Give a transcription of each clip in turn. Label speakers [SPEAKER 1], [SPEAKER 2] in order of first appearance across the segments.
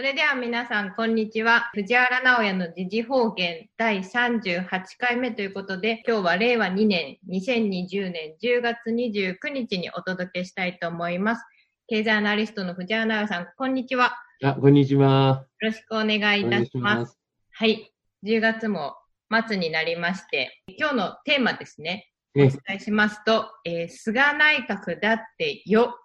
[SPEAKER 1] れでは皆さん、こんにちは。藤原直也の時事方言第38回目ということで、今日は令和2年、2020年10月29日にお届けしたいと思います。経済アナリストの藤原直也さん、こんにちは。
[SPEAKER 2] あ、こんにちは。
[SPEAKER 1] よろしくお願いいたします。
[SPEAKER 2] す。
[SPEAKER 1] はい。10月も末になりまして、今日のテーマですね。お
[SPEAKER 2] え
[SPEAKER 1] 伝えしますと、えー菅内閣だってよ。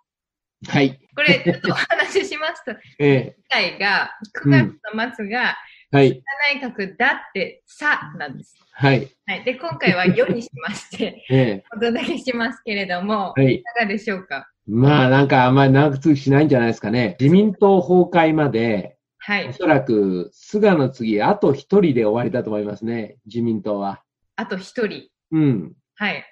[SPEAKER 2] はい。
[SPEAKER 1] これ、ちょっとお話ししますと、
[SPEAKER 2] え
[SPEAKER 1] 議会が、9
[SPEAKER 2] うん
[SPEAKER 1] 月の末が、
[SPEAKER 2] ーはい。
[SPEAKER 1] 内閣だってさなんです。
[SPEAKER 2] はい。
[SPEAKER 1] はい。で、今回 はよにしまして、
[SPEAKER 2] え
[SPEAKER 1] お届けしますけれども、
[SPEAKER 2] ーはい。
[SPEAKER 1] いかがでしょうか
[SPEAKER 2] まあ、なんかあんまり長続きしないんじゃないですかね。自民党崩壊まで、
[SPEAKER 1] は
[SPEAKER 2] お
[SPEAKER 1] い。
[SPEAKER 2] そらく、菅の次、あと一人で終わりだと思いますね。自民党は。
[SPEAKER 1] あと一人。
[SPEAKER 2] うん。
[SPEAKER 1] はい。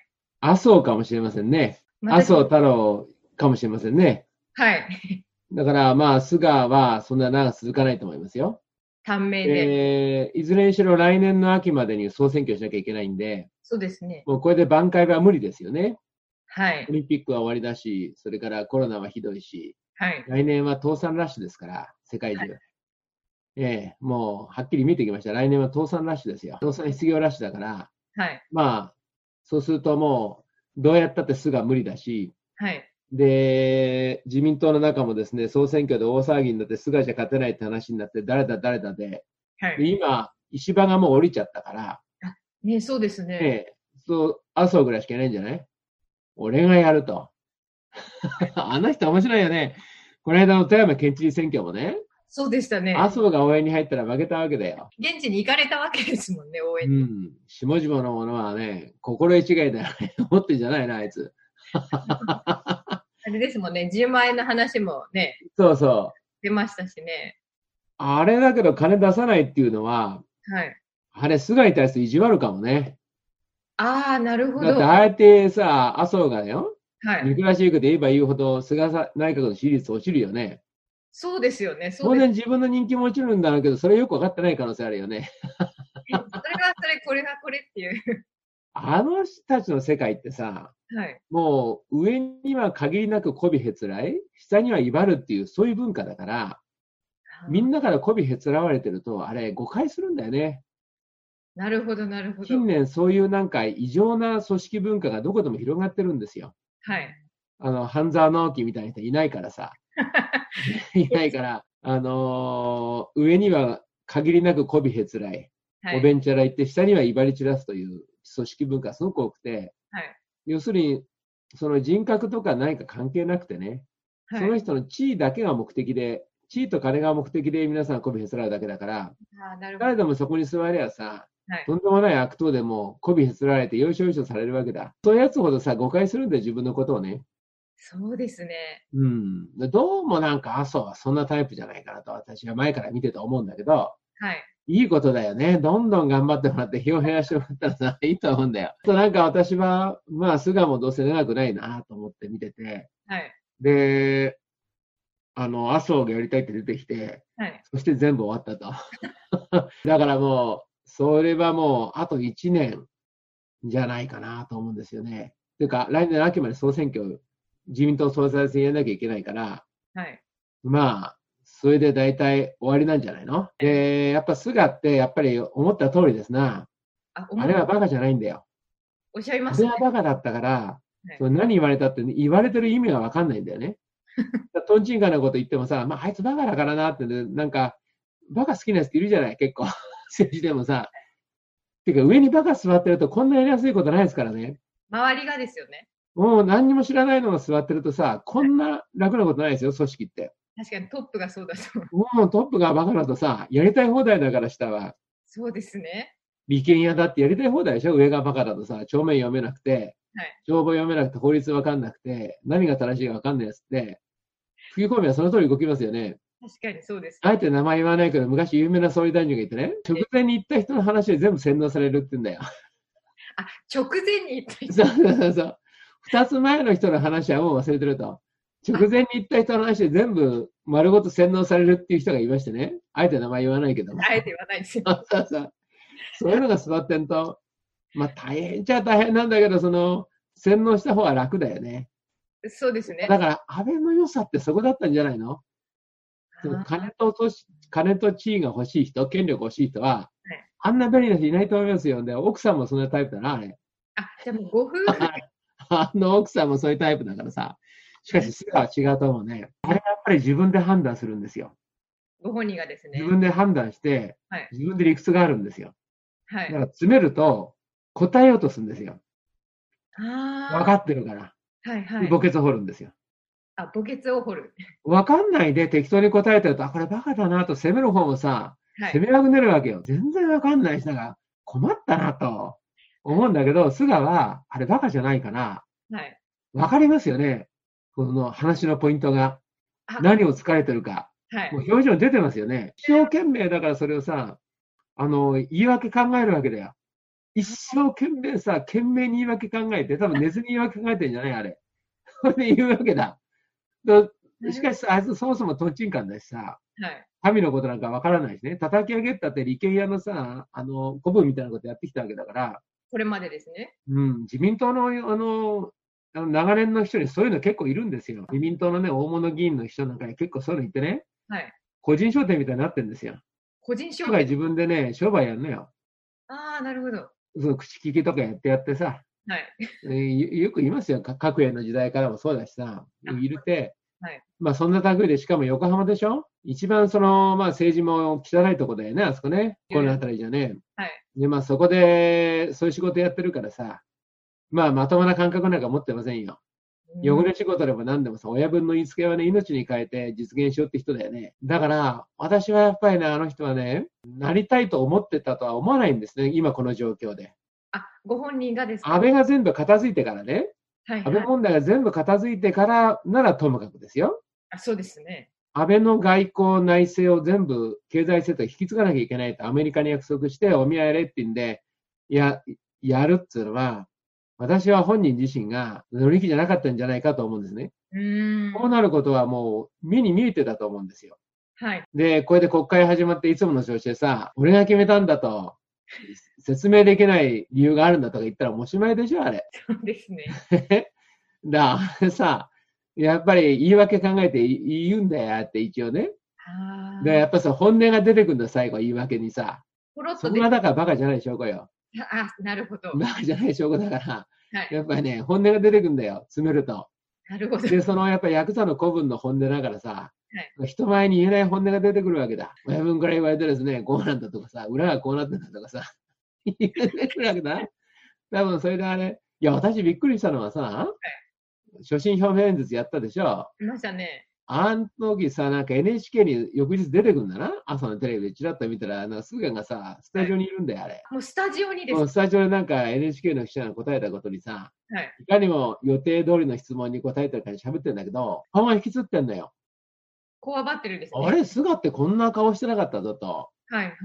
[SPEAKER 2] 麻生かもしれませんね。
[SPEAKER 1] ま
[SPEAKER 2] 麻
[SPEAKER 1] た
[SPEAKER 2] 生太郎かもしれませんね。
[SPEAKER 1] はい。
[SPEAKER 2] だから、まあ、菅はそんな長く続かないと思いますよ。
[SPEAKER 1] 短命で。
[SPEAKER 2] えーいずれにしろ来年の秋までに総選挙しなきゃいけないんで、
[SPEAKER 1] そうですね。
[SPEAKER 2] もうこれで挽回は無理ですよね。
[SPEAKER 1] はい
[SPEAKER 2] オ。リンピックは終わりだし、それからコロナはひどいし、
[SPEAKER 1] はい。
[SPEAKER 2] 来年は倒産ラッシュですから、世界中。
[SPEAKER 1] は
[SPEAKER 2] ええもうはっきり見てきました。来年は倒産ラッシュですよ。倒産失業ラッシュだから、
[SPEAKER 1] はい。
[SPEAKER 2] まあ、そうするともう、どうやったってすが無理だし、
[SPEAKER 1] はい。
[SPEAKER 2] で、自民党の中もですね、総選挙で大騒ぎになって、菅じゃ勝てないって話になって、誰だ誰だで、
[SPEAKER 1] はい。
[SPEAKER 2] で今、石破がもう降りちゃったから、
[SPEAKER 1] ね、そうですね。
[SPEAKER 2] ええそう、麻生ぐらいしかいないんじゃない俺がやると。 あの人面白いよね。この間の富山県知事選挙もね、
[SPEAKER 1] そうでしたね。
[SPEAKER 2] 麻生が応援に入ったら負けたわけだよ。
[SPEAKER 1] 現地に行かれたわけですもんね、応
[SPEAKER 2] う
[SPEAKER 1] 援に。
[SPEAKER 2] ん。下々のものはね、心得違いだよね。思ってんじゃないな、あいつ。
[SPEAKER 1] あれですもんね、10万円の話もね、
[SPEAKER 2] そうそう。
[SPEAKER 1] 出ましたしね。
[SPEAKER 2] あれだけど金出さないっていうのは、
[SPEAKER 1] はい。
[SPEAKER 2] あれ、菅に対する意地悪かもね。
[SPEAKER 1] ああ、なるほ
[SPEAKER 2] だっ
[SPEAKER 1] ど。
[SPEAKER 2] て、
[SPEAKER 1] は
[SPEAKER 2] あえてさ、麻生がよ、
[SPEAKER 1] い。
[SPEAKER 2] 憎らしいこと言えば言うほど、菅さ内閣の支持率落ちるよね。
[SPEAKER 1] そうですよね。そう
[SPEAKER 2] 当
[SPEAKER 1] です。
[SPEAKER 2] 然自分の人気も落ちるんだろうけど、それよく分かってない可能性あるよね。
[SPEAKER 1] それがそれ、これがこれっていう。
[SPEAKER 2] あの人たちの世界ってさ、
[SPEAKER 1] はい。
[SPEAKER 2] もう上には限りなく媚びへつらい、下には威張るっていう、そういう文化だから、みん
[SPEAKER 1] な。
[SPEAKER 2] なから媚びへつらわれてると、あれ誤解するんだよね。
[SPEAKER 1] なるほど、なるほど。
[SPEAKER 2] 近年そういうなんか異常な組織文化がどこでも広がってるんですよ。
[SPEAKER 1] はい。
[SPEAKER 2] あの、半沢直樹みたいな人いないからさ。いないから、あのー上には限りなく媚びへつらい、
[SPEAKER 1] は
[SPEAKER 2] お
[SPEAKER 1] い。
[SPEAKER 2] べんちゃら行って、下には威張り散らすという組織文化がすごく多くて、
[SPEAKER 1] はい
[SPEAKER 2] 要するに、その人格とか何か関係なくてね、そ
[SPEAKER 1] は
[SPEAKER 2] の
[SPEAKER 1] い。
[SPEAKER 2] 人の地位だけが目的で、地位と金が目的で皆さん媚びへつらうだけだから、
[SPEAKER 1] ああ、なるほ
[SPEAKER 2] 誰
[SPEAKER 1] ど。
[SPEAKER 2] でもそこに座りゃさ、
[SPEAKER 1] はい
[SPEAKER 2] とんでもない悪党でも媚びへつられて、よいしょよいしょされるわけだ。そういうやつほどさ、誤解するんだよ、自分のことをね。
[SPEAKER 1] そうですね。
[SPEAKER 2] うん。でどうもなんか麻生はそんなタイプじゃないかなと、私は前から見てて思うんだけど、
[SPEAKER 1] はい。
[SPEAKER 2] いいことだよね。どんどん頑張ってもらって、日を減らしてもらったらさ、い いと思うんだよ。となんか私は、まあ、菅もどうせ長くないなと思って見てて、
[SPEAKER 1] はい。
[SPEAKER 2] で、あの、麻生がやりたいって出てきて、
[SPEAKER 1] はい。
[SPEAKER 2] そして全部終わったと。 だからもう、それはもう、あと1年じゃないかなと思うんですよね。ていうか、来年の秋まで総選挙、自民党総裁選やらなきゃいけないから、
[SPEAKER 1] はい。
[SPEAKER 2] まあ、それで大体終わりなんじゃないので、やっぱ菅って、やっぱり思った通りですな。
[SPEAKER 1] あ、お
[SPEAKER 2] あれはバカじゃないんだよ。
[SPEAKER 1] おっしゃいま
[SPEAKER 2] あ
[SPEAKER 1] す
[SPEAKER 2] れ
[SPEAKER 1] ね
[SPEAKER 2] は。バカだったから
[SPEAKER 1] ね、
[SPEAKER 2] その何言われたって、言われてる意味がわかんないんだよね。とんちんかなこと言ってもさ、まあ、あいつバカだからなってね、なんか、バカ好きなやつっているじゃない、結構。政治でもさ。てか、上にバカ座ってると、こんなやりやすいことないですからね。
[SPEAKER 1] 周りがですよね。
[SPEAKER 2] もう何にも知らないのが座ってるとさ、こんな楽なことないですよ、組織って。
[SPEAKER 1] 確かにトップがそうだと思う。
[SPEAKER 2] もうトップがバカだとさ、やりたい放題だから下は。
[SPEAKER 1] そうですね。
[SPEAKER 2] 利権屋だってやりたい放題でしょ上がバカだとさ、帳面読めなくて
[SPEAKER 1] はい、
[SPEAKER 2] 帳簿読めなくて、法律わかんなくて、何が正しいかわかんないやつって、吹き込みはその通り動きますよね。
[SPEAKER 1] 確かにそうです。
[SPEAKER 2] あえて名前言わないけど、昔有名な総理大臣がいてね、直前に言った人の話で全部洗脳されるって言うんだよ。
[SPEAKER 1] あ、直前に言った人
[SPEAKER 2] そうそうそうそう。二つ前の人の話はもう忘れてると。直前に言った人の話で全部丸ごと洗脳されるっていう人がいましてね、あえて名前言わないけども。
[SPEAKER 1] あえて言わないですよ。
[SPEAKER 2] そうそうそう。そういうのが座ってんと、まあ大変っちゃ大変なんだけど、その、洗脳した方は楽だよね。
[SPEAKER 1] そうですね。
[SPEAKER 2] だから、安倍の良さってそこだったんじゃないのその
[SPEAKER 1] あー
[SPEAKER 2] 金と組織金と地位が欲しい人、権力欲しい人は
[SPEAKER 1] はい、
[SPEAKER 2] あんな便利な人いないと思いますよ。で、奥さんもそんなタイプだな、あれ。
[SPEAKER 1] あ、じゃあもうご夫婦で
[SPEAKER 2] あの奥さんもそういうタイプだからさ。しかし、素顔は違うと思うね。あれはやっぱり自分で判断するんですよ。
[SPEAKER 1] ご本人がですね
[SPEAKER 2] 自。分で判断して
[SPEAKER 1] はい、
[SPEAKER 2] 自分で理屈があるんですよ。
[SPEAKER 1] は
[SPEAKER 2] だ
[SPEAKER 1] い
[SPEAKER 2] か。ら詰めると、答えようとするんですよ。
[SPEAKER 1] あ
[SPEAKER 2] 分
[SPEAKER 1] あ。
[SPEAKER 2] かってるから。
[SPEAKER 1] はいはい。
[SPEAKER 2] 墓穴を掘るんですよ。
[SPEAKER 1] あ、墓穴を掘る。
[SPEAKER 2] 分かんないで適当に答えてると、あ、これバカだなと、攻める方もさ、
[SPEAKER 1] は
[SPEAKER 2] 攻
[SPEAKER 1] い。
[SPEAKER 2] めあぐねるわけよ。全然分かんないし、なんか困ったなと思うんだけど、菅は、あれバカじゃないから、
[SPEAKER 1] はい。
[SPEAKER 2] 分かりますよね。この話のポイントが。
[SPEAKER 1] あ
[SPEAKER 2] 何を疲れてるか。
[SPEAKER 1] はい
[SPEAKER 2] もう。表情出てますよね。一生懸命だからそれをさ、あの、言い訳考えるわけだよ。一生懸命さ、懸命に言い訳考えて、多分寝ずに言い訳考えてんじゃないあれ。 それで言うわけだ。だしかしさ、あいつそもそもトンチンカンだしさ、
[SPEAKER 1] はい。
[SPEAKER 2] 神のことなんかわからないしね、叩き上げったって利権屋のさ、あの、古文みたいなことやってきたわけだから、
[SPEAKER 1] これまでですね。
[SPEAKER 2] うん、自民党の、あの、あの長年の人にそういうの結構いるんですよ。自民党のね、大物議員の人なんかに結構そういうの言ってね、
[SPEAKER 1] はい。
[SPEAKER 2] 個人商店みたいになってるんですよ。
[SPEAKER 1] 個人商
[SPEAKER 2] 商売
[SPEAKER 1] 売。
[SPEAKER 2] 自分でね、商売やんのよ。
[SPEAKER 1] ああ、なるほど。
[SPEAKER 2] その口利きとかやってやってさ、
[SPEAKER 1] はい。
[SPEAKER 2] えーよよく言いますよ。か各園の時代からもそうだしさ、いるて、
[SPEAKER 1] はい
[SPEAKER 2] まあそんな類で、しかも横浜でしょ一番その、まあ政治も汚いとこだよね、あそこね。
[SPEAKER 1] ええ
[SPEAKER 2] この辺りじゃね。
[SPEAKER 1] はい
[SPEAKER 2] で、まあそこで、そういう仕事やってるからさ、まあまともな感覚なんか持ってませんよ。汚れ仕事でも何でもさ、親分の言いつけはね、命に変えて実現しようって人だよね。だから、私はやっぱりね、あの人はね、なりたいと思ってたとは思わないんですね、今この状況で。
[SPEAKER 1] あ、ご本人がですか
[SPEAKER 2] 安倍が全部片付いてからね、
[SPEAKER 1] はい、
[SPEAKER 2] 安
[SPEAKER 1] は
[SPEAKER 2] 倍
[SPEAKER 1] い。
[SPEAKER 2] 問題が全部片付いてからならともかくですよ。
[SPEAKER 1] あそうですね。
[SPEAKER 2] 安倍の外交、内政を全部経済政策引き継がなきゃいけないとアメリカに約束して、お見合いレッティンで、や、やるっつうのは、私は本人自身が乗り気じゃなかったんじゃないかと思うんですね。
[SPEAKER 1] うーん。
[SPEAKER 2] こうなることはもう目に見えてたと思うんですよ。
[SPEAKER 1] はい。
[SPEAKER 2] で、これで国会始まっていつもの調子でさ、俺が決めたんだと、説明できない理由があるんだとか言ったらもうおしまいでしょ、あれ。
[SPEAKER 1] そうですね。
[SPEAKER 2] だ、 あれさ、やっぱり言い訳考えて言うんだよって一応ね。
[SPEAKER 1] ああ。
[SPEAKER 2] で、やっぱさ、本音が出てくるんだ、最後、言い訳にさ。
[SPEAKER 1] ポロッ
[SPEAKER 2] そ
[SPEAKER 1] と
[SPEAKER 2] こ
[SPEAKER 1] で
[SPEAKER 2] がだからバカじゃない証拠よ。
[SPEAKER 1] あ、なるほど。
[SPEAKER 2] バカじゃない証拠だから、
[SPEAKER 1] はい。
[SPEAKER 2] やっぱりね、本音が出てくるんだよ、詰めると。
[SPEAKER 1] なるほど。
[SPEAKER 2] で、そのやっぱヤクザの古文の本音だからさ、人前に言えない本音が出てくるわけだ。親分から言われてですね、こうなんだとかさ、裏がこうなってんだとかさ、 言ってくるわけだ。多分それであれ、いや、私びっくりしたのはさ、所信表明演説やったでしょ。
[SPEAKER 1] いましたね。
[SPEAKER 2] あの時さ、なんか NHK に翌日出てくるんだな。朝のテレビでチラッと見たら、なんかスーガンがさ、スタジオにいるんだよ、あれ。
[SPEAKER 1] もうスタジオにです
[SPEAKER 2] この。スタジオでなんか NHK の記者が答えたことにさ、
[SPEAKER 1] はい。
[SPEAKER 2] いかにも予定通りの質問に答えてるから喋ってんだけど、顔が引きつってんだよ。
[SPEAKER 1] こわばってるですね。
[SPEAKER 2] あれ、菅ってこんな顔してなかったぞと。
[SPEAKER 1] はいはい。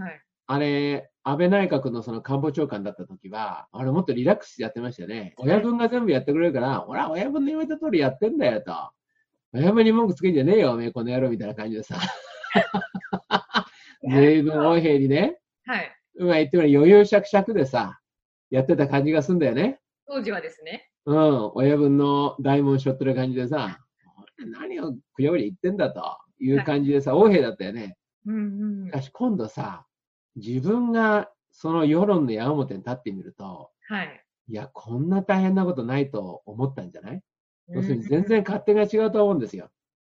[SPEAKER 2] あれ、安倍内閣のその官房長官だった時は、あれもっとリラックスしてやってましたよね。親分が全部やってくれるから、ほら、親分の言われた通りやってんだよと。親分に文句つけんじゃねえよ、おめえ、この野郎みたいな感じでさ。随分横平にね、
[SPEAKER 1] はい。
[SPEAKER 2] まあ言ってみれば余裕しゃくしゃくでさ、やってた感じがすんだよね。
[SPEAKER 1] 当時はですね。
[SPEAKER 2] うん、親分の大門背負ってる感じでさ、何をくよくよ言ってんだという感じでさ、横平だったよね。
[SPEAKER 1] うんうん。
[SPEAKER 2] し
[SPEAKER 1] は
[SPEAKER 2] かし今度さ、自分がその世論の矢面に立ってみると、
[SPEAKER 1] い。
[SPEAKER 2] いや、こんな大変なことないと思ったんじゃない要するに
[SPEAKER 1] うん
[SPEAKER 2] 全然勝手が違うと思うんですよ。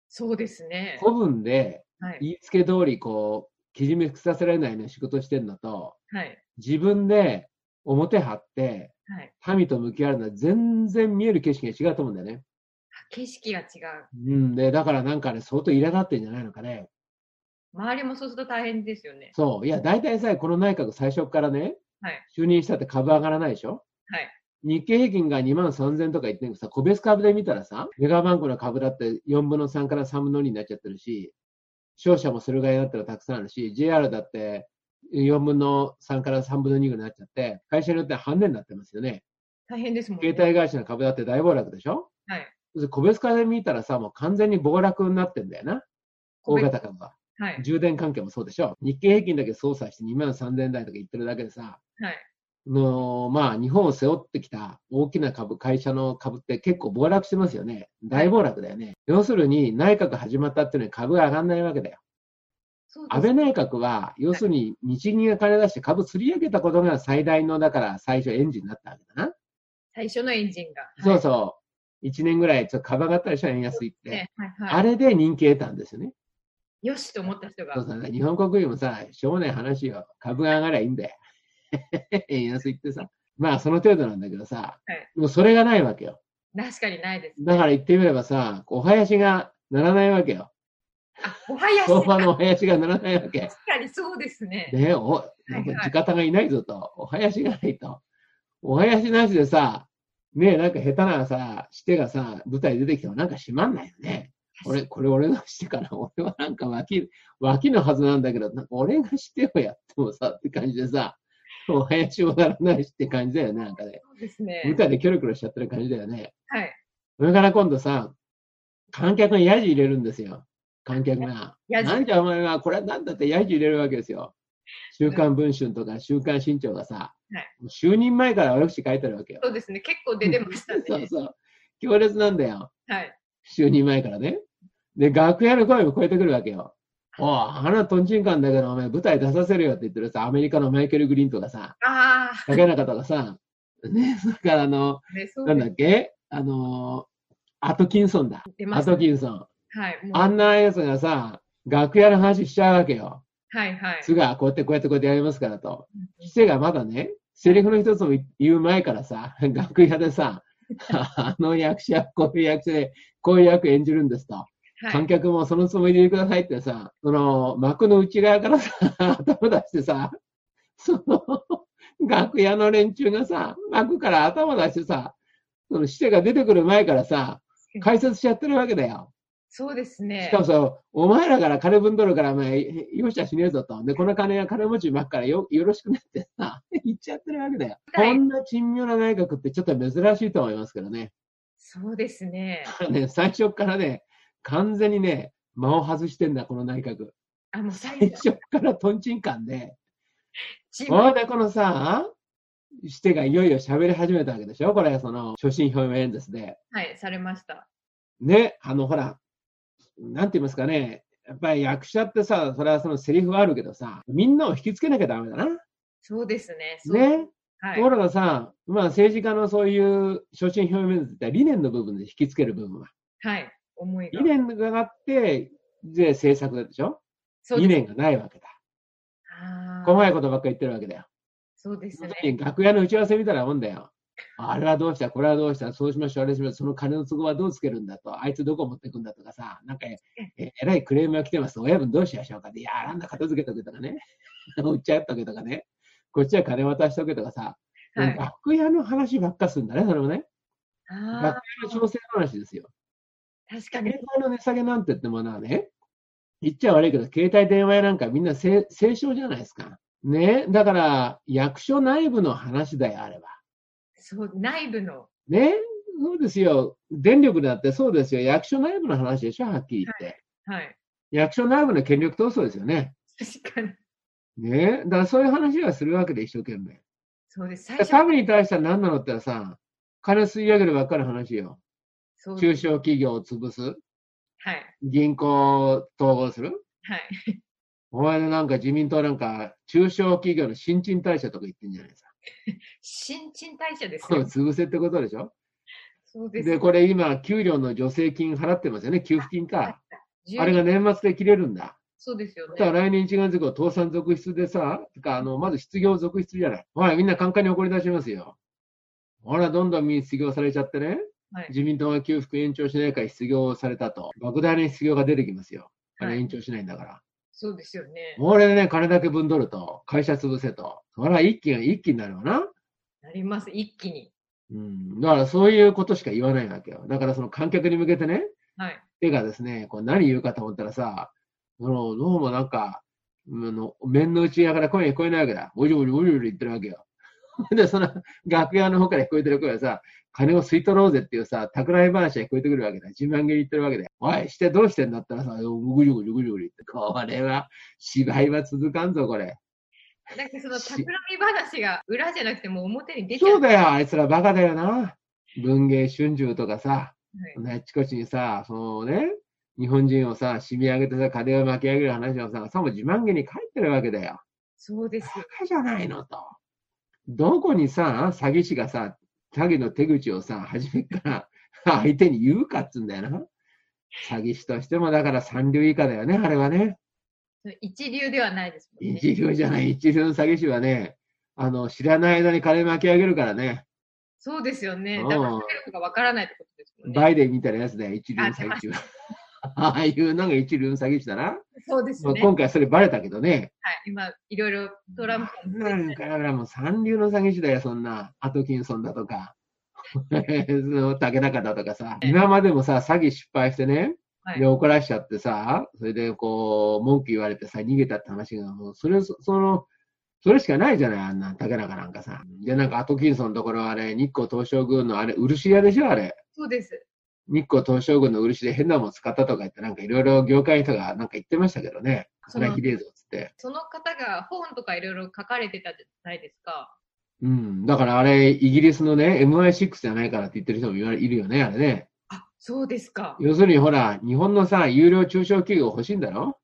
[SPEAKER 1] そうですね。
[SPEAKER 2] 古文で
[SPEAKER 1] はい。
[SPEAKER 2] 言いつけ通りこう、きじめくさせられないような仕事してるのと、
[SPEAKER 1] はい。
[SPEAKER 2] 自分で表張って
[SPEAKER 1] はい。
[SPEAKER 2] 民と向き合うのは全然見える景色が違うと思うんだよね。
[SPEAKER 1] あ景色が違う。
[SPEAKER 2] うんで、だからなんかね、相当苛立ってんじゃないのかね。
[SPEAKER 1] 周りもそうすると大変ですよね。
[SPEAKER 2] そう。いや、大体さ、この内閣最初からね、
[SPEAKER 1] はい
[SPEAKER 2] 就任したって株上がらないでしょ
[SPEAKER 1] はい
[SPEAKER 2] 日経平均が2万3000とか言ってんけどさ、個別株で見たらさ、メガバンクの株だって4分の3から3分の2になっちゃってるし、商社もそれぐらいになったらたくさんあるし、JR だって4分の3から3分の2ぐらいになっちゃって、会社によっては半値になってますよね。
[SPEAKER 1] 大変ですもんね。
[SPEAKER 2] 携帯会社の株だって大暴落でしょ
[SPEAKER 1] はい。
[SPEAKER 2] で個別株で見たらさ、もう完全に暴落になってんだよな。
[SPEAKER 1] 個
[SPEAKER 2] 大
[SPEAKER 1] 別
[SPEAKER 2] 型株は。
[SPEAKER 1] はい。
[SPEAKER 2] 充電関係もそうでしょ。日経平均だけ操作して2万3000台とか言ってるだけでさ、
[SPEAKER 1] はい。
[SPEAKER 2] のまあ、日本を背負ってきた大きな株、会社の株って結構暴落してますよね。大暴落だよね。要するに内閣始まったっていうのに株が上がらないわけだよ。
[SPEAKER 1] そうです
[SPEAKER 2] 安倍内閣は、要するに日銀が金出して株釣り上げたことが最大の、だから最初エンジンになったわけだな。
[SPEAKER 1] 最初のエンジンが。
[SPEAKER 2] そうそう。1年ぐらいちょっと株上がったでしょ、円安いって。
[SPEAKER 1] うね。はいは
[SPEAKER 2] あれで人気得たんですよね。
[SPEAKER 1] い。よしと思った人が
[SPEAKER 2] そう。そう日本国民もさ、しょうもない話よ。株が上がりゃいいんだよ。 円安いってさ。まあ、その程度なんだけどさ、
[SPEAKER 1] はい
[SPEAKER 2] もうそれがないわけよ。
[SPEAKER 1] 確かにないです。
[SPEAKER 2] だから言ってみればさ、お囃子がならないわけよ。
[SPEAKER 1] あ、おはやし。
[SPEAKER 2] 相場のお囃子がならないわけ。
[SPEAKER 1] 確かにそうですね。
[SPEAKER 2] ねお、なんか地方がいないぞと、お囃子がないと。お囃子なしでさ、ねなんか下手なさ、してがさ、舞台出てきてもなんか閉まんないよね。俺、これ俺のしてから、俺はなんか脇、脇のはずなんだけど、なんか俺がしてをやってもさ、って感じでさ、お囃子もならないしって感じだよね、なんかね。
[SPEAKER 1] そうですね
[SPEAKER 2] 舞。台でキョロキョロしちゃってる感じだよね。
[SPEAKER 1] はい。
[SPEAKER 2] それから今度さ、観客にヤジ入れるんですよ。観客が。
[SPEAKER 1] ヤジ
[SPEAKER 2] なんじゃお前は、これはなんだってヤジ入れるわけですよ。週刊文春とか週刊新潮がさ、もう就任前から悪口書いてるわけよ。
[SPEAKER 1] そうですね。結構出てましたね。
[SPEAKER 2] そうそう。強烈なんだよ。
[SPEAKER 1] はい。
[SPEAKER 2] 就任前からね。で、楽屋の声も聞こえてくるわけよ。おい、花とんちんかんだけど、お前舞台出させるよって言ってるさ、アメリカのマイケル・グリーンとかさ、
[SPEAKER 1] あ
[SPEAKER 2] 竹中とかさ、ね、それからあの、
[SPEAKER 1] あ、ね、そう
[SPEAKER 2] なん
[SPEAKER 1] で
[SPEAKER 2] だ
[SPEAKER 1] す
[SPEAKER 2] っけあのアトキンソンだ。
[SPEAKER 1] 出ま
[SPEAKER 2] ア
[SPEAKER 1] した。は
[SPEAKER 2] トキンソン。
[SPEAKER 1] い。もう
[SPEAKER 2] あんなやつがさ、楽屋の話しちゃうわけよ。
[SPEAKER 1] はいはい。
[SPEAKER 2] すぐはこうやってこうやってこうやってやりますからと
[SPEAKER 1] うん。
[SPEAKER 2] シセがまだね、セリフの一つも言う前からさ、楽屋でさ、 あの役者、こういう役者で、こういう役演じるんですと。
[SPEAKER 1] は
[SPEAKER 2] 観
[SPEAKER 1] い。
[SPEAKER 2] 客もそのつもりでくださいってさ、その幕の内側からさ、 頭出してさ、その楽屋の連中がさ、幕から頭出してさ、そのシセが出てくる前からさ、解説しちゃってるわけだよ。
[SPEAKER 1] そうですね
[SPEAKER 2] しか。もさ、お前らから金分取るから、お前、容赦しねえぞと。で、この金は金持ちばっからよよろしくなってさ、 言っちゃってるわけだよ。
[SPEAKER 1] はい
[SPEAKER 2] こんな珍妙な内閣ってちょっと珍しいと思いますけどね。
[SPEAKER 1] そうですね。
[SPEAKER 2] だからね、最初からね、完全にね、間を外してんだ、この内閣。
[SPEAKER 1] あ、もう最
[SPEAKER 2] 最
[SPEAKER 1] 初、
[SPEAKER 2] 初からトンチンカンで。
[SPEAKER 1] チーム
[SPEAKER 2] ほいで、このさ、してがいよいよ喋り始めたわけでしょこれ、その、所信表明演説で。
[SPEAKER 1] はい、されました。
[SPEAKER 2] ね、あの、ほら、なんて言いますかね、やっぱり役者ってさ、それはそのセリフはあるけどさ、みんなを引きつけなきゃダメだな。
[SPEAKER 1] そうですね。そう
[SPEAKER 2] ね。
[SPEAKER 1] は
[SPEAKER 2] と
[SPEAKER 1] い
[SPEAKER 2] こ。ろがさ、まあ政治家のそういう所信表明って理念の部分で引きつける部分は。
[SPEAKER 1] はい。思いが
[SPEAKER 2] 理。念があって、で、政策でしょ
[SPEAKER 1] そう
[SPEAKER 2] 理
[SPEAKER 1] です
[SPEAKER 2] 念がないわけだ。
[SPEAKER 1] あー
[SPEAKER 2] 細かいことばっかり言ってるわけだよ。
[SPEAKER 1] そうですね。
[SPEAKER 2] 楽屋の打ち合わせみたいなもんだよ。あれはどうした、これはどうした、そうしましょう、あれしましょう、その金の都合はどうつけるんだと、あいつどこ持ってくんだとかさ、なんかえ、ええらいクレームが来てます、親分どうしましょうかって、いやー、あんな片付けとけとかね、 売っちゃっとけとかね、こっちは金渡しとけとかさ、
[SPEAKER 1] はい。
[SPEAKER 2] 楽屋の話ばっかするんだね、それもね。
[SPEAKER 1] あ
[SPEAKER 2] 楽屋の調整話ですよ。
[SPEAKER 1] あ、確か
[SPEAKER 2] 経
[SPEAKER 1] に。
[SPEAKER 2] 済の値下げなんてってものはね、言っちゃ悪いけど、携帯電話やなんかみんな正正常じゃないですか。ね、だから、役所内部の話だよ、あれは。
[SPEAKER 1] そう、内部の。
[SPEAKER 2] ね、そうですよ。電力だってそうですよ。役所内部の話でしょ、はっきり言って。
[SPEAKER 1] はい。
[SPEAKER 2] 役所内部の権力闘争ですよね。
[SPEAKER 1] 確かに。
[SPEAKER 2] ね、だからそういう話はするわけで、一生懸命。
[SPEAKER 1] そうです。最
[SPEAKER 2] で
[SPEAKER 1] 初
[SPEAKER 2] サブに対しては何なのって言ったらさ、金吸い上げるばっかりの話よ。
[SPEAKER 1] そう
[SPEAKER 2] 中小企業を潰す。
[SPEAKER 1] はい。
[SPEAKER 2] 銀行を統合する。
[SPEAKER 1] はい。
[SPEAKER 2] お前のなんか自民党なんか、中小企業の新陳代謝とか言ってんじゃないで すか。
[SPEAKER 1] 新陳代謝です
[SPEAKER 2] これ
[SPEAKER 1] よ。
[SPEAKER 2] 潰せってことでしょ。
[SPEAKER 1] そうです。
[SPEAKER 2] で、これ今、給料の助成金払ってますよね。給付金か。
[SPEAKER 1] 10
[SPEAKER 2] あれが年末で切れるんだ。
[SPEAKER 1] そうですよ
[SPEAKER 2] だか
[SPEAKER 1] ね。
[SPEAKER 2] ら来年1月以降、倒産続出でさ、てかあのまず失業続出じゃない。ほら、みんな簡単に怒り出しますよ。ほら、どんどんみんな失業されちゃってね、
[SPEAKER 1] はい
[SPEAKER 2] 自民党が給付延長しないから失業されたと、莫大な失業が出てきますよ。あ
[SPEAKER 1] は
[SPEAKER 2] れ
[SPEAKER 1] い
[SPEAKER 2] 延長しないんだから。
[SPEAKER 1] そうですよね。
[SPEAKER 2] これでね、金だけ分取ると、会社潰せと。ほら、一気が一気になるわな。
[SPEAKER 1] なります。一気に。
[SPEAKER 2] うん。だからそういうことしか言わないわけよ。だからその観客に向けてね、
[SPEAKER 1] はい。
[SPEAKER 2] てかですね、こう何言うかと思ったらさ、そのどうもなんか、うんあの面の内側から声が聞こえないわけだ。おじおじおじおじ言ってるわけよ。 で、その楽屋の方から聞こえてる声はさ、金を吸い取ろうぜっていうさ、企み話が聞こえてくるわけだ。自慢げに言ってるわけだよ。おい、してどうしてんだったらさ、ぐじゅぐじゅぐじゅぐじゅって。これは、芝居は続かんぞ、これ。
[SPEAKER 1] なんかその
[SPEAKER 2] し
[SPEAKER 1] 企み話が裏じゃなくてもう表に出ちゃう。
[SPEAKER 2] そうだよ、あいつらバカだよな。文芸春秋とかさ、
[SPEAKER 1] はい
[SPEAKER 2] あっちこっちにさ、そのね、日本人をさ、締め上げてさ、金を巻き上げる話をさ、さも自慢げに書いてるわけだよ。
[SPEAKER 1] そうです
[SPEAKER 2] バカじゃないのと。どこにさ、詐欺師がさ、詐欺の手口をさ、初めから相手に言うかっつうんだよな。詐欺師としても、だから三流以下だよね、あれはね。
[SPEAKER 1] よ。一流ではないですもんね。
[SPEAKER 2] 一流じゃない、一流の詐欺師はね、あの、知らない間に金巻き上げるからね。
[SPEAKER 1] そうですよね。
[SPEAKER 2] うん
[SPEAKER 1] だから、力がわからないってことですもんね。
[SPEAKER 2] バイデンみたいなやつだよ、一流の詐欺師は。ああいうのが一流の詐欺師だな。
[SPEAKER 1] そうです
[SPEAKER 2] まあ
[SPEAKER 1] ね。はい。
[SPEAKER 2] 今回それバレたけどね。
[SPEAKER 1] 今、いろいろトランプさん
[SPEAKER 2] なんか、だからもう三流の詐欺師だよ、そんな。アトキンソンだとか、 その竹中だとかさ。
[SPEAKER 1] ええ
[SPEAKER 2] 今までもさ、詐欺失敗してね、
[SPEAKER 1] はい
[SPEAKER 2] で、怒らしちゃってさ、それでこう、文句言われてさ、逃げたって話が、もう、それ、そその、それしかないじゃない、あんな、竹中なんかさ。で、なんかアトキンソンのところはあれ、日光東照宮のあれ、漆屋でしょ、あれ。
[SPEAKER 1] そうです。
[SPEAKER 2] 日光東照宮の漆で変なもん使ったとか言って、なんかいろいろ業界の人がなんか言ってましたけどね。
[SPEAKER 1] そ
[SPEAKER 2] そ
[SPEAKER 1] の
[SPEAKER 2] れはひでえぞ、つって。
[SPEAKER 1] その方が本とかいろいろ書かれてたじゃないですか。
[SPEAKER 2] うん。だからあれ、イギリスのね、MI6 じゃないからって言ってる人もいわれいるよね、あれね。
[SPEAKER 1] あ、そうですか。
[SPEAKER 2] 要するにほら、日本のさ、有料中小企業欲しいんだろ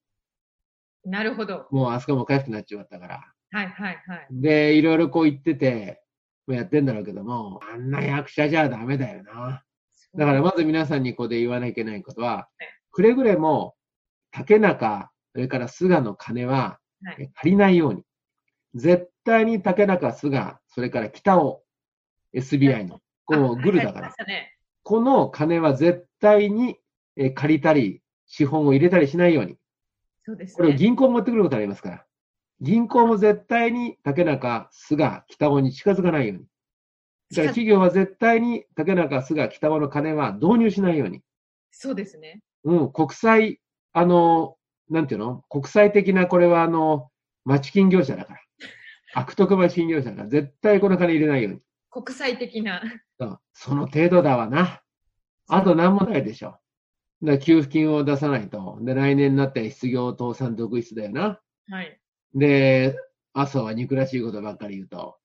[SPEAKER 1] なるほど。
[SPEAKER 2] もうあそこもおかしくなっちまったから。
[SPEAKER 1] はいはいはい。
[SPEAKER 2] で、いろいろこう言ってて、まあやってんだろうけども、あんな役者じゃダメだよな。だからまず皆さんにここで言わなきゃいけないことは、くれぐれも、竹中、それから菅の金は、
[SPEAKER 1] はい
[SPEAKER 2] え借りないように。絶対に竹中、菅、それから北尾、SBI の、こう、グルだか
[SPEAKER 1] あわりま
[SPEAKER 2] ら
[SPEAKER 1] し。たね
[SPEAKER 2] この金は絶対にえ借りたり、資本を入れたりしないように。
[SPEAKER 1] そうです
[SPEAKER 2] これを
[SPEAKER 1] ね。
[SPEAKER 2] 銀行持ってくることありますから。銀行も絶対に竹中、菅、北尾に近づかないように。だから企業は絶対に竹中、菅、北尾の金は導入しないように。
[SPEAKER 1] そうですね。
[SPEAKER 2] うん、国際、あの、なんていうの国際的な、これはあの、町金業者だから。悪徳町金業者だから、絶対この金入れないように。
[SPEAKER 1] 国際的な。
[SPEAKER 2] うんその程度だわな。あと何もないでしょ。だから給付金を出さないと。で、来年になって失業、倒産、独立だよな。
[SPEAKER 1] はい。
[SPEAKER 2] で、朝は憎らしいことばっかり言うと、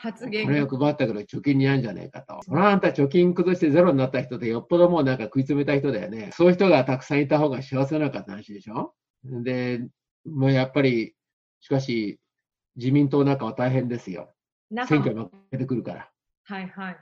[SPEAKER 1] 発
[SPEAKER 2] こ
[SPEAKER 1] 言
[SPEAKER 2] れを配ったけど貯金にあんじゃねえかと。そらあんた貯金崩してゼロになった人ってよっぽどもうなんか食い詰めた人だよね。そういう人がたくさんいた方が幸せなのかって話でしょで、もうやっぱり、しかし、自民党なんかは大変ですよ。
[SPEAKER 1] なんか
[SPEAKER 2] 選挙負けてくるから。
[SPEAKER 1] はいはいはい。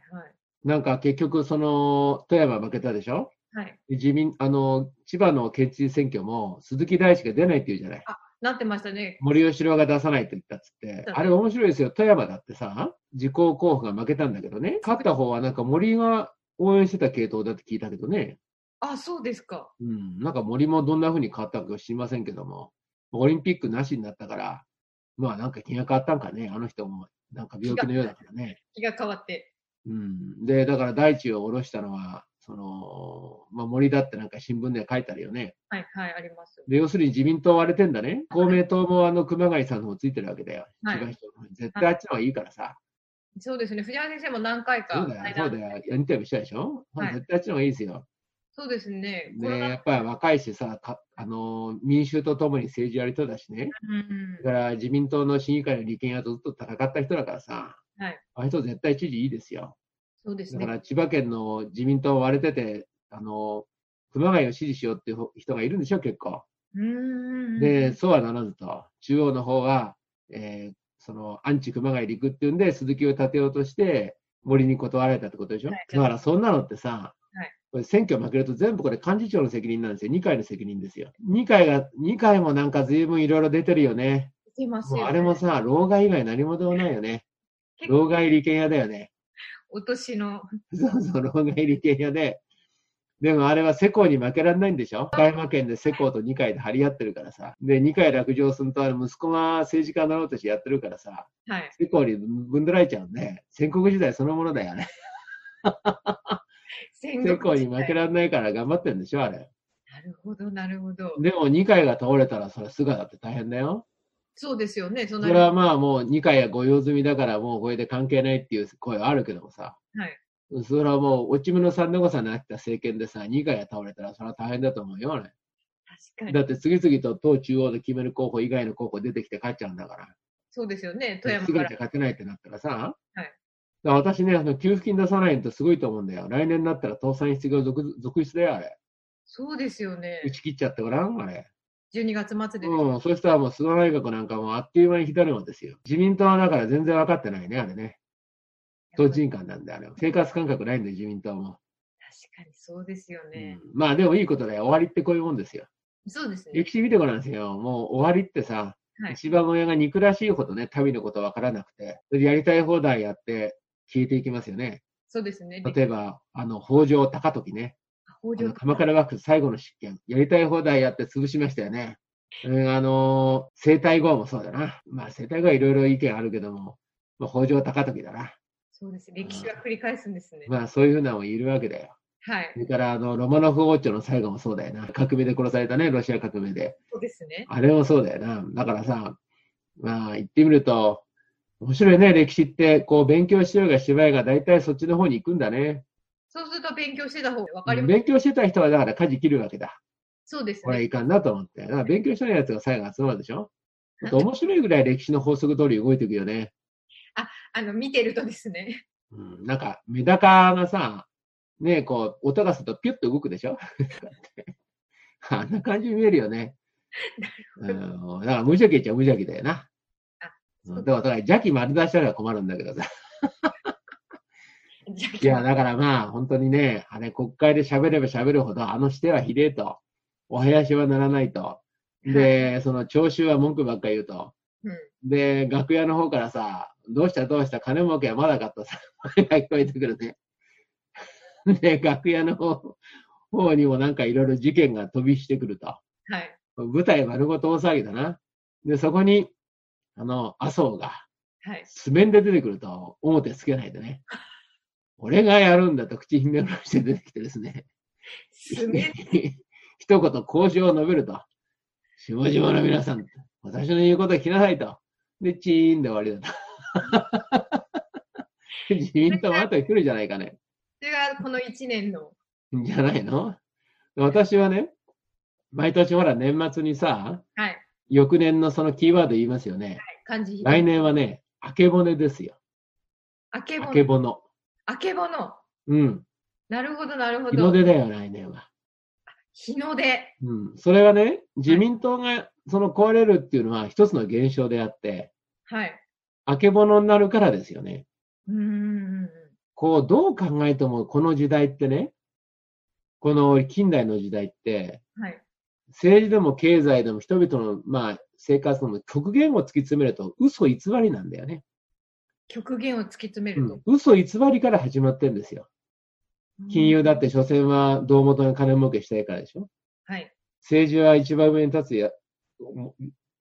[SPEAKER 2] なんか結局、その、富山負けたでしょ
[SPEAKER 1] はい。
[SPEAKER 2] 自民、あの、千葉の県知事選挙も鈴木大地が出ないって言うじゃない。
[SPEAKER 1] なってましたね。
[SPEAKER 2] 森喜朗が出さないと言ったっつって、
[SPEAKER 1] うん
[SPEAKER 2] あれ面白いですよ。富山だってさ、自公候補が負けたんだけどね、勝った方はなんか森が応援してた系統だって聞いたけどね、
[SPEAKER 1] あ、そうですか。
[SPEAKER 2] うん、なんか森もどんな風に変わったか知りませんけども、オリンピックなしになったから、まあなんか気が変わったんかね、あの人も、なんか病気のようだからね。
[SPEAKER 1] 気が変わって。
[SPEAKER 2] うん、で、だから大地を下ろしたのは、その、まあ森だってなんか新聞で書いてあるよね。
[SPEAKER 1] はいはい、あります。
[SPEAKER 2] で、要するに自民党割れてんだね。公明党もあの熊谷さんの方ついてるわけだよ。
[SPEAKER 1] はい
[SPEAKER 2] 一番下の方に絶対あっちの方がいいからさ。
[SPEAKER 1] そうですね。藤原先生も何回か
[SPEAKER 2] そうだよ、
[SPEAKER 1] 対
[SPEAKER 2] そ
[SPEAKER 1] 談
[SPEAKER 2] うだよ。インタビューしたでしょ、
[SPEAKER 1] はい
[SPEAKER 2] 絶対あっちの方がいいですよ。
[SPEAKER 1] そうですね。コロ
[SPEAKER 2] で、
[SPEAKER 1] ナ
[SPEAKER 2] やっぱり若いしさ、かあのー民衆と共に政治やりそうだしね。
[SPEAKER 1] うん
[SPEAKER 2] だから自民党の市議会の利権やずっと戦った人だからさ。
[SPEAKER 1] はい
[SPEAKER 2] あの人絶対知事いいですよ。
[SPEAKER 1] そうです
[SPEAKER 2] だか
[SPEAKER 1] ね。
[SPEAKER 2] ら千葉県の自民党割れてて、あのー熊谷を支持しようっていう人がいるんでしょ、結構。
[SPEAKER 1] うーん。
[SPEAKER 2] で、そうはならずと、中央の方は、えーその、アンチ熊谷陸っていうんで、鈴木を立てようとして、森に断られたってことでしょ、
[SPEAKER 1] はい
[SPEAKER 2] だから、そんなのってさ、
[SPEAKER 1] はい
[SPEAKER 2] これ選挙負けると全部これ幹事長の責任なんですよ。二階の責任ですよ。二階が、二階もなんか随分いろいろ出てるよね。
[SPEAKER 1] 出ますよね
[SPEAKER 2] もうあれもさ、老害以外何もでもないよね。
[SPEAKER 1] 結
[SPEAKER 2] 老
[SPEAKER 1] 構、
[SPEAKER 2] 害利権屋だよね。
[SPEAKER 1] お年の、
[SPEAKER 2] そうそう、老害利権屋で。でもあれは世耕に負けられないんでしょ岡山県で世耕と二階で張り合ってるからさ。で、二階落城すると、あの息子が政治家になろうとしてやってるからさ、
[SPEAKER 1] はい。
[SPEAKER 2] 世耕にぶんどられちゃうんで、戦国時代そのものだよね。
[SPEAKER 1] 戦
[SPEAKER 2] 世耕に負け
[SPEAKER 1] な
[SPEAKER 2] られないから頑張ってるんでしょあれ。
[SPEAKER 1] るほど、なるほど。
[SPEAKER 2] でも二階が倒れたら、それ菅だって大変だよ。
[SPEAKER 1] そうですよね。そん
[SPEAKER 2] そ
[SPEAKER 1] な
[SPEAKER 2] れはまあもう二階は御用済みだから、もうこれで関係ないっていう声はあるけどもさ。
[SPEAKER 1] はい
[SPEAKER 2] それはもう、落ち目の三の子さんになった政権でさ、二階が倒れたら、それは大変だと思うよ、ね。
[SPEAKER 1] 確かに。
[SPEAKER 2] だって次々と党中央で決める候補以外の候補出てきて勝っちゃうんだから。
[SPEAKER 1] そうですよね。富山
[SPEAKER 2] すぐ
[SPEAKER 1] から。
[SPEAKER 2] に勝てないってなったらさ。
[SPEAKER 1] はい
[SPEAKER 2] だから私ね、あの、給付金出さないのとすごいと思うんだよ。来年になったら倒産失業続続出だよ、あれ。
[SPEAKER 1] そうですよね
[SPEAKER 2] 打。ち切っちゃってごらん、あれ。
[SPEAKER 1] 12月末でです。
[SPEAKER 2] うん、そうしたらもう菅内閣なんかもあっという間に左のですよ。自民党はだから全然分かってないね、あれね。党人間なんで、あれは。生活感覚ないんで、自民党も。
[SPEAKER 1] 確かにそうですよね。
[SPEAKER 2] うんまあでもいいことだよ。終わりってこういうもんですよ。
[SPEAKER 1] そうですね。
[SPEAKER 2] 歴史見てごらんですよ。もう終わりってさ、
[SPEAKER 1] はい
[SPEAKER 2] 一番親が憎らしいほどね、民のこと分からなくて、それでやりたい放題やって消えていきますよね。
[SPEAKER 1] そうですね。
[SPEAKER 2] 例えば、あの、北条高時ね。
[SPEAKER 1] 北
[SPEAKER 2] あ
[SPEAKER 1] 条
[SPEAKER 2] の鎌倉幕府最後の執権。やりたい放題やって潰しましたよね。うん、あのー生体号もそうだな。まあ、生体号はいろいろ意見あるけども、まあ、北条高時だな。
[SPEAKER 1] そうです。歴史は繰り返すんですね。
[SPEAKER 2] まあ、そういうふうなのもいるわけだよ。
[SPEAKER 1] はい
[SPEAKER 2] そ。れから、あの、ロマノフ王朝の最後もそうだよな。革命で殺されたね、ロシア革命で。
[SPEAKER 1] そうですね。
[SPEAKER 2] あれもそうだよな。だからさ、まあ、言ってみると、面白いね、歴史って、こう、勉強しようがしまいが、大体そっちの方に行くんだね。
[SPEAKER 1] そうすると勉強してた方がわかります。
[SPEAKER 2] 勉強してた人は、だから、舵切るわけだ。
[SPEAKER 1] そうです
[SPEAKER 2] これ
[SPEAKER 1] ね。
[SPEAKER 2] いかんなと思って。だから勉強してないやつが最後集まるでしょ面白いぐらい歴史の法則通り動いていくよね。
[SPEAKER 1] あの、見てるとですね。
[SPEAKER 2] うん、なんか、メダカがさ、ね、こう、音がするとピュッと動くでしょ あんな感じに見えるよね。うん、だから無邪気っちゃ無邪気だよな。
[SPEAKER 1] あ
[SPEAKER 2] うんだから、だから邪気丸出したら困るんだけどさ。
[SPEAKER 1] じゃあ
[SPEAKER 2] いや、だからまあ、本当にね、あれ、国会で喋れば喋るほど、あのしてはひでえと、お囃子はならないと、で、その聴衆は文句ばっかり言うと、
[SPEAKER 1] うん
[SPEAKER 2] で、楽屋の方からさ、どうしたどうした、金儲けはまだかとさ、声が聞こえてくるね。 で、楽屋の方方にもなんかいろいろ事件が飛びしてくると。
[SPEAKER 1] はい。
[SPEAKER 2] 舞台丸ごと大騒ぎだな。で、そこに、あの、麻生が、
[SPEAKER 1] はい。
[SPEAKER 2] 素面で出てくると、表つけないでね。俺がやるんだと口ひねらして出てきてですね。
[SPEAKER 1] すね。
[SPEAKER 2] 一言交渉を述べると。下々の皆さん、私の言うことを聞きなさいと。で、チーンで終わりだと。 自民党も後に来るじゃないかね。
[SPEAKER 1] それがこの1年の。
[SPEAKER 2] じゃないの私はね、毎年ほら年末にさ、
[SPEAKER 1] はい。
[SPEAKER 2] 翌年のそのキーワード言いますよね。
[SPEAKER 1] 漢字。
[SPEAKER 2] 来年はね、明け骨ですよ。
[SPEAKER 1] あけぼの。
[SPEAKER 2] 明け骨。
[SPEAKER 1] あけぼの。
[SPEAKER 2] うん。
[SPEAKER 1] なるほど、なるほ
[SPEAKER 2] 日の
[SPEAKER 1] ど。
[SPEAKER 2] 出だよ、来年は。
[SPEAKER 1] 日の出。
[SPEAKER 2] うん。それはね、自民党がその壊れるっていうのは一つの現象であって、
[SPEAKER 1] はい。
[SPEAKER 2] あけぼのになるからですよね。
[SPEAKER 1] うーん。
[SPEAKER 2] こう、どう考えてもこの時代ってね、この近代の時代って、
[SPEAKER 1] はい。
[SPEAKER 2] 政治でも経済でも人々の、まあ、生活の極限を突き詰めると嘘偽りなんだよね。
[SPEAKER 1] 極限を突き詰め
[SPEAKER 2] う
[SPEAKER 1] ると
[SPEAKER 2] ん。、嘘偽りから始まってんですよ。金融だ
[SPEAKER 1] て。
[SPEAKER 2] って所詮は胴元が金儲けしたいからでしょ。
[SPEAKER 1] はい。
[SPEAKER 2] 政治は一番上に立つや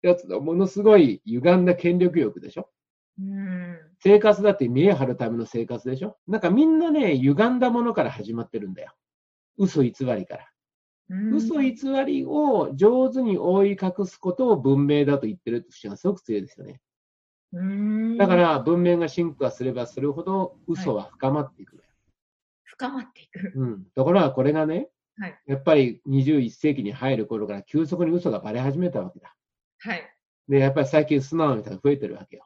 [SPEAKER 2] やつのものすごい歪んだ権力欲でしょ
[SPEAKER 1] うーん。
[SPEAKER 2] 生活だって見え張るための生活でしょなんかみんなね、歪んだものから始まってるんだよ。嘘偽りから。
[SPEAKER 1] うーん
[SPEAKER 2] 嘘偽りを上手に覆い隠すことを文明だと言ってる人がすごく強いですよね。
[SPEAKER 1] うーん
[SPEAKER 2] だから文明が進化すればするほど嘘は深まっていくのよ。
[SPEAKER 1] 深まっていく。
[SPEAKER 2] うん。ところがこれがね、
[SPEAKER 1] はい
[SPEAKER 2] やっぱり21世紀に入る頃から急速に嘘がバレ始めたわけだ。
[SPEAKER 1] はい。
[SPEAKER 2] で、やっぱり最近素直な人が増えてるわけよ。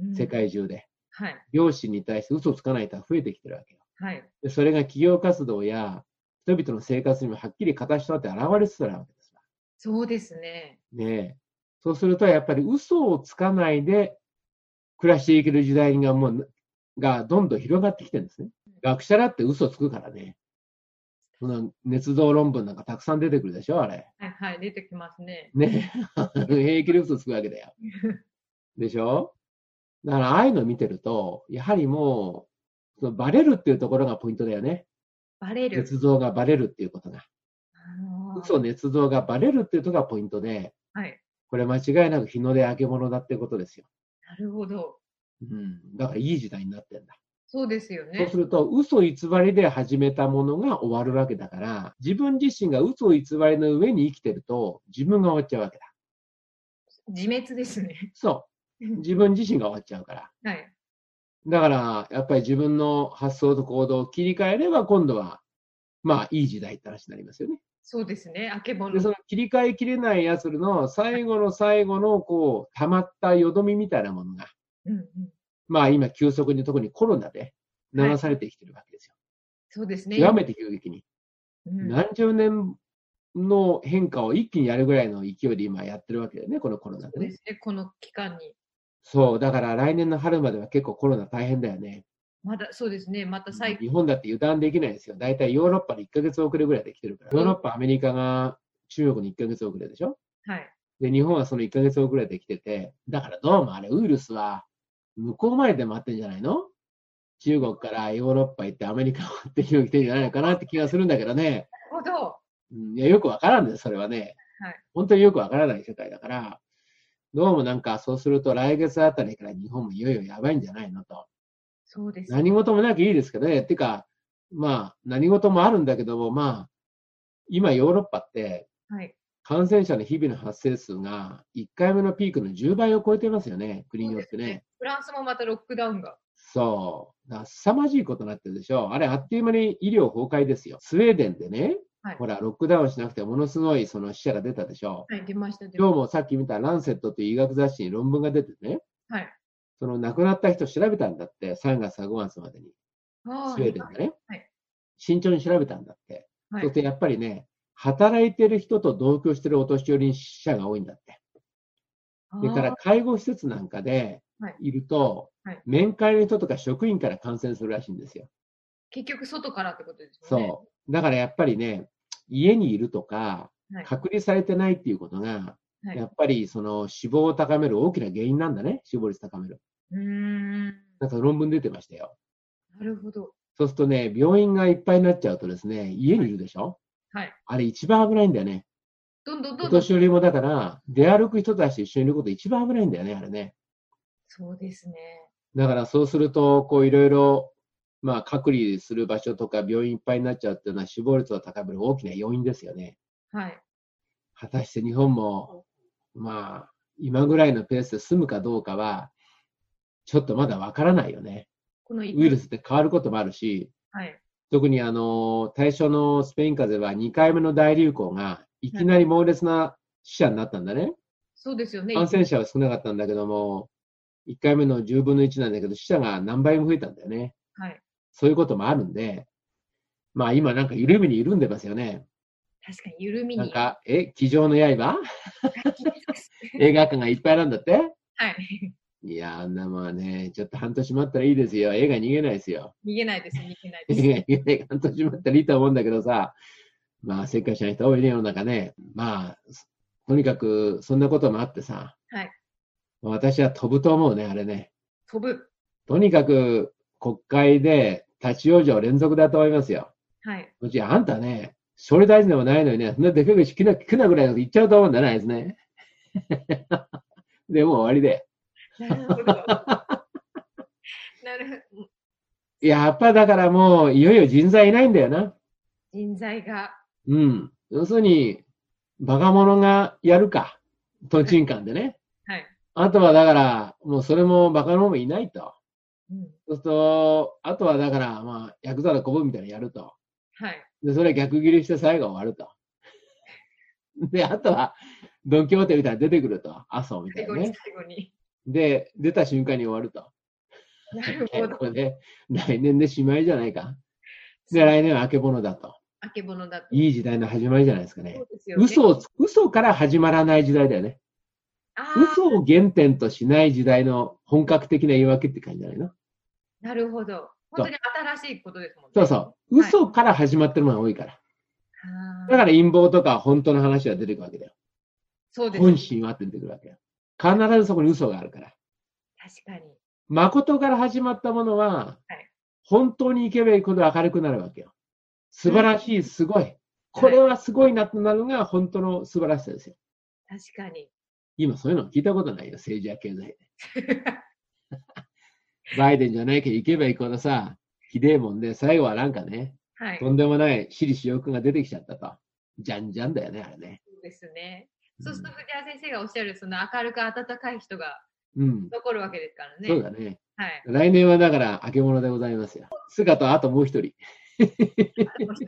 [SPEAKER 1] うん
[SPEAKER 2] 世。界中で。
[SPEAKER 1] はい。
[SPEAKER 2] 両親に対して嘘をつかない人が増えてきてるわけよ。
[SPEAKER 1] はい。
[SPEAKER 2] でそれが企業活動や人々の生活にもはっきり形となって現れつつあるわけですよ。
[SPEAKER 1] そうですね。
[SPEAKER 2] ねえ。そうすると、やっぱり嘘をつかないで暮らしていける時代がもう、がどんどん広がってきてるんですね。学者だって嘘つくからね。その、捏造論文なんかたくさん出てくるでしょ、あれ。
[SPEAKER 1] はい。はい。出てきますね。
[SPEAKER 2] ねえ。平気で嘘つくわけだよ。でしょだから、ああいうのを見てると、やはりもう、そのバレるっていうところがポイントだよね。
[SPEAKER 1] バレる。
[SPEAKER 2] 捏造がバレるっていうことが。
[SPEAKER 1] あー
[SPEAKER 2] 嘘捏造がバレるっていうところがポイントで、
[SPEAKER 1] はい。
[SPEAKER 2] これ間違いなく日の出明け物だっていうことですよ。
[SPEAKER 1] なるほど。
[SPEAKER 2] うん。だからいい時代になってんだ。
[SPEAKER 1] そうですよ
[SPEAKER 2] そう
[SPEAKER 1] ね
[SPEAKER 2] す。ると、嘘偽りで始めたものが終わるわけだから、自分自身が嘘偽りの上に生きてると、自分が終わっちゃうわけだ。
[SPEAKER 1] 自滅ですね。
[SPEAKER 2] そう。自分自身が終わっちゃうから。
[SPEAKER 1] はい。
[SPEAKER 2] だから、やっぱり自分の発想と行動を切り替えれば、今度は、まあ、いい時代って話になりますよね。
[SPEAKER 1] そうですね。あけぼ
[SPEAKER 2] で、そ
[SPEAKER 1] の。
[SPEAKER 2] の切り替えきれないやつの最後の最後の、こう、溜まったよどみみたいなものが、
[SPEAKER 1] うんうん。
[SPEAKER 2] まあ、今、急速に特にコロナで流されてきてるわけです
[SPEAKER 1] そうです
[SPEAKER 2] よ。
[SPEAKER 1] ね。
[SPEAKER 2] 極めて急激に。
[SPEAKER 1] うん
[SPEAKER 2] 何十年の変化を一気にやるぐらいの勢いで今やってるわけだよね、このコロナ
[SPEAKER 1] そ
[SPEAKER 2] で
[SPEAKER 1] う
[SPEAKER 2] ね
[SPEAKER 1] で。すね、この期間に。
[SPEAKER 2] そう、だから来年の春までは結構コロナ大変だよね。
[SPEAKER 1] まだ、そうですね、また最後。
[SPEAKER 2] 日本だって油断できないですよ。大体ヨーロッパで1ヶ月遅れぐらいで来てるから。ヨーロッパ、アメリカが中国に1ヶ月遅れでしょ
[SPEAKER 1] はい。
[SPEAKER 2] で、日本はその1ヶ月遅れて来てて、だからどうもあれ、ウイルスは向こうまでで待ってんじゃないの中国からヨーロッパ行ってアメリカをって広げてんじゃないのかなって気がするんだけどね。
[SPEAKER 1] なるほど。
[SPEAKER 2] うんいや、よくわからんです、それはね。
[SPEAKER 1] はい
[SPEAKER 2] 本当によくわからない世界だから、どうもなんかそうすると来月あたりから日本もいよいよやばいんじゃないのと。
[SPEAKER 1] そうですね。
[SPEAKER 2] 何事もなきゃいいですけどね。てか、まあ、何事もあるんだけども、まあ、今ヨーロッパって
[SPEAKER 1] はい。
[SPEAKER 2] 感染者の日々の発生数が1回目のピークの10倍を超えてますよね、国によってね。
[SPEAKER 1] フランスもまたロックダウンが。
[SPEAKER 2] そう。だから凄まじいことになってるでしょ。あれ、あっという間に医療崩壊ですよ。スウェーデンでね、
[SPEAKER 1] はい
[SPEAKER 2] ほら、ロックダウンしなくてものすごいその死者が出たでしょ。
[SPEAKER 1] はい、出ました、出
[SPEAKER 2] 今
[SPEAKER 1] まし
[SPEAKER 2] 日もさっき見たランセットという医学雑誌に論文が出ててね、
[SPEAKER 1] はい
[SPEAKER 2] その亡くなった人調べたんだって、3月か5月までに、
[SPEAKER 1] た。あ
[SPEAKER 2] ス
[SPEAKER 1] あ
[SPEAKER 2] ウェーデンでね、
[SPEAKER 1] はい
[SPEAKER 2] 慎重に調べたんだって、
[SPEAKER 1] は
[SPEAKER 2] そし
[SPEAKER 1] い。
[SPEAKER 2] てやっぱりね、働いてる人と同居してるお年寄りに死者が多いんだって、それから
[SPEAKER 1] あ
[SPEAKER 2] 介護施設なんかで
[SPEAKER 1] はい
[SPEAKER 2] いると、
[SPEAKER 1] はい
[SPEAKER 2] 面会の人とか職員から感染するらしいんですよ。
[SPEAKER 1] 結局、外からってことですよね。
[SPEAKER 2] そう。だからやっぱりね、家にいるとか、
[SPEAKER 1] はい
[SPEAKER 2] 隔離されてないっていうことが、
[SPEAKER 1] はい
[SPEAKER 2] やっぱりその死亡を高める大きな原因なんだね、死亡率高める。
[SPEAKER 1] う。うーん。な
[SPEAKER 2] なんか論文出てましたよ。
[SPEAKER 1] るほど。
[SPEAKER 2] そうするとね、病院がいっぱいになっちゃうとですね、家にいるでしょ
[SPEAKER 1] はい。
[SPEAKER 2] あれ一番危ないんだよね。
[SPEAKER 1] どんどんど
[SPEAKER 2] お
[SPEAKER 1] んどん。
[SPEAKER 2] 年寄りもだから、出歩く人たちと一緒にいること一番危ないんだよね、あれね。
[SPEAKER 1] そうですね。
[SPEAKER 2] だからそうすると、こういろいろ、まあ隔離する場所とか病院いっぱいになっちゃうっていうのは死亡率を高める大きな要因ですよね。
[SPEAKER 1] はい。
[SPEAKER 2] 果たして日本も、まあ、今ぐらいのペースで済むかどうかは、ちょっとまだわからないよね。
[SPEAKER 1] この
[SPEAKER 2] ウイル
[SPEAKER 1] ス。
[SPEAKER 2] スって変わることもあるし、
[SPEAKER 1] はい。
[SPEAKER 2] 特にあの、対象のスペイン風邪は2回目の大流行が、いきなり猛烈な死者になったんだね。
[SPEAKER 1] そうですよね。
[SPEAKER 2] 感染者は少なかったんだけども、1回目の10分の1なんだけど、死者が何倍も増えたんだよね。
[SPEAKER 1] はい。
[SPEAKER 2] そういうこともあるんで、まあ今なんか緩みに緩んでますよね。
[SPEAKER 1] 確かに、緩み
[SPEAKER 2] なん
[SPEAKER 1] に。
[SPEAKER 2] か、え、気上の刃
[SPEAKER 1] は
[SPEAKER 2] 映画館がいっぱいなんだって
[SPEAKER 1] い。
[SPEAKER 2] いや、あんなもんはね、ちょっと半年待ったらいいですよ。絵が逃げないですよ。
[SPEAKER 1] 逃げないです、逃げない
[SPEAKER 2] 絵
[SPEAKER 1] です。
[SPEAKER 2] が逃げない。半年待ったらいいと思うんだけどさ。まあ、せっかちな人多いね、世の中ね。まあ、とにかく、そんなこともあってさ。
[SPEAKER 1] はい
[SPEAKER 2] 私は飛ぶと思うね、あれね。
[SPEAKER 1] 飛ぶ。
[SPEAKER 2] とにかく、国会で立ち往生連続だと思いますよ。
[SPEAKER 1] はい。
[SPEAKER 2] うち、あんたね、総理大臣でもないのにね、そんなでかくし聞くな、聞くなぐらいのこと言っちゃうと思うんだよね、あいつね。 でもう終わりで。
[SPEAKER 1] なるほど。なるほど。
[SPEAKER 2] やっぱだからもう、いよいよ人材いないんだよな。
[SPEAKER 1] 人材が。
[SPEAKER 2] うん。要するに、バカ者がやるか。都人間でね。
[SPEAKER 1] はい。
[SPEAKER 2] あとはだから、もうそれもバカ者もいないと。
[SPEAKER 1] うん。
[SPEAKER 2] そうすると、あとはだから、まあ、ヤクザのコブみたいなのやると。
[SPEAKER 1] はい。
[SPEAKER 2] で、それ逆ギレして最後終わると。で、あとは、ドンキホーテみたいなの出てくると。麻生みた
[SPEAKER 1] 最
[SPEAKER 2] い
[SPEAKER 1] 後
[SPEAKER 2] な
[SPEAKER 1] に
[SPEAKER 2] ね。
[SPEAKER 1] 最後に。
[SPEAKER 2] で、出た瞬間に終わると。
[SPEAKER 1] なるほど。
[SPEAKER 2] これで、来年でしまいじゃないか。で、来年は明けぼのだと。
[SPEAKER 1] あけぼのだと。
[SPEAKER 2] いい時代の始まりじゃないですかね
[SPEAKER 1] そ。うですよね。
[SPEAKER 2] 嘘をつ、嘘から始まらない時代だよね。
[SPEAKER 1] あ
[SPEAKER 2] 嘘を原点としない時代の本格的な言い訳って感じじゃないの
[SPEAKER 1] あ、なるほど。本当に新しいことですもんね。
[SPEAKER 2] そうそう。
[SPEAKER 1] はい
[SPEAKER 2] 嘘から始まってるものが多いから。
[SPEAKER 1] あー
[SPEAKER 2] だから陰謀とか本当の話は出てくるわけだよ。
[SPEAKER 1] そうです。
[SPEAKER 2] 本心はって出てくるわけよ。必ずそこに嘘があるから。
[SPEAKER 1] 確かに。
[SPEAKER 2] 誠から始まったものは
[SPEAKER 1] はい、
[SPEAKER 2] 本当に行けば行くほど明るくなるわけよ。素晴らしい、すごい。これはすごいなとなるのが本当の素晴らしさですよ。
[SPEAKER 1] 確かに。
[SPEAKER 2] 今そういうの聞いたことないよ、政治や経済で。バイデンじゃないけど行けば行くほどさ、ひでえもんで、最後はなんかね、
[SPEAKER 1] はい。
[SPEAKER 2] とんでもない私利私欲が出てきちゃったと。じゃんじゃんだよね、あれね。
[SPEAKER 1] そうですね。そうすると藤原先生がおっしゃる、その明るく温かい人が
[SPEAKER 2] うん。
[SPEAKER 1] 残るわけですからね。
[SPEAKER 2] そうだね。
[SPEAKER 1] はい。
[SPEAKER 2] 来年はだから、明け物でございますよ。姿とあともう一人。
[SPEAKER 1] あともう一人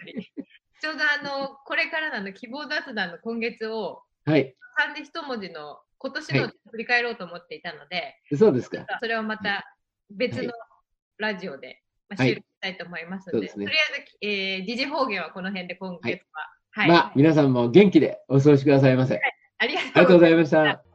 [SPEAKER 1] ちょうどあ の、これからのあの希望雑談の今月を、
[SPEAKER 2] はい。
[SPEAKER 1] 漢字一文字の今年の
[SPEAKER 2] は
[SPEAKER 1] を振り返ろうと思っていたので、
[SPEAKER 2] そうですか。
[SPEAKER 1] それをまた別
[SPEAKER 2] はい
[SPEAKER 1] のラジオで、まあ
[SPEAKER 2] はい
[SPEAKER 1] 収録したいと思いますので、
[SPEAKER 2] そうですね
[SPEAKER 1] とりあえず、えー時事方言はこの辺で今月ははい。
[SPEAKER 2] まあ、皆さんも元気でお過ごしくださいませ。
[SPEAKER 1] ありが
[SPEAKER 2] ありが
[SPEAKER 1] と
[SPEAKER 2] と
[SPEAKER 1] うご
[SPEAKER 2] うご
[SPEAKER 1] ざい
[SPEAKER 2] ざいました。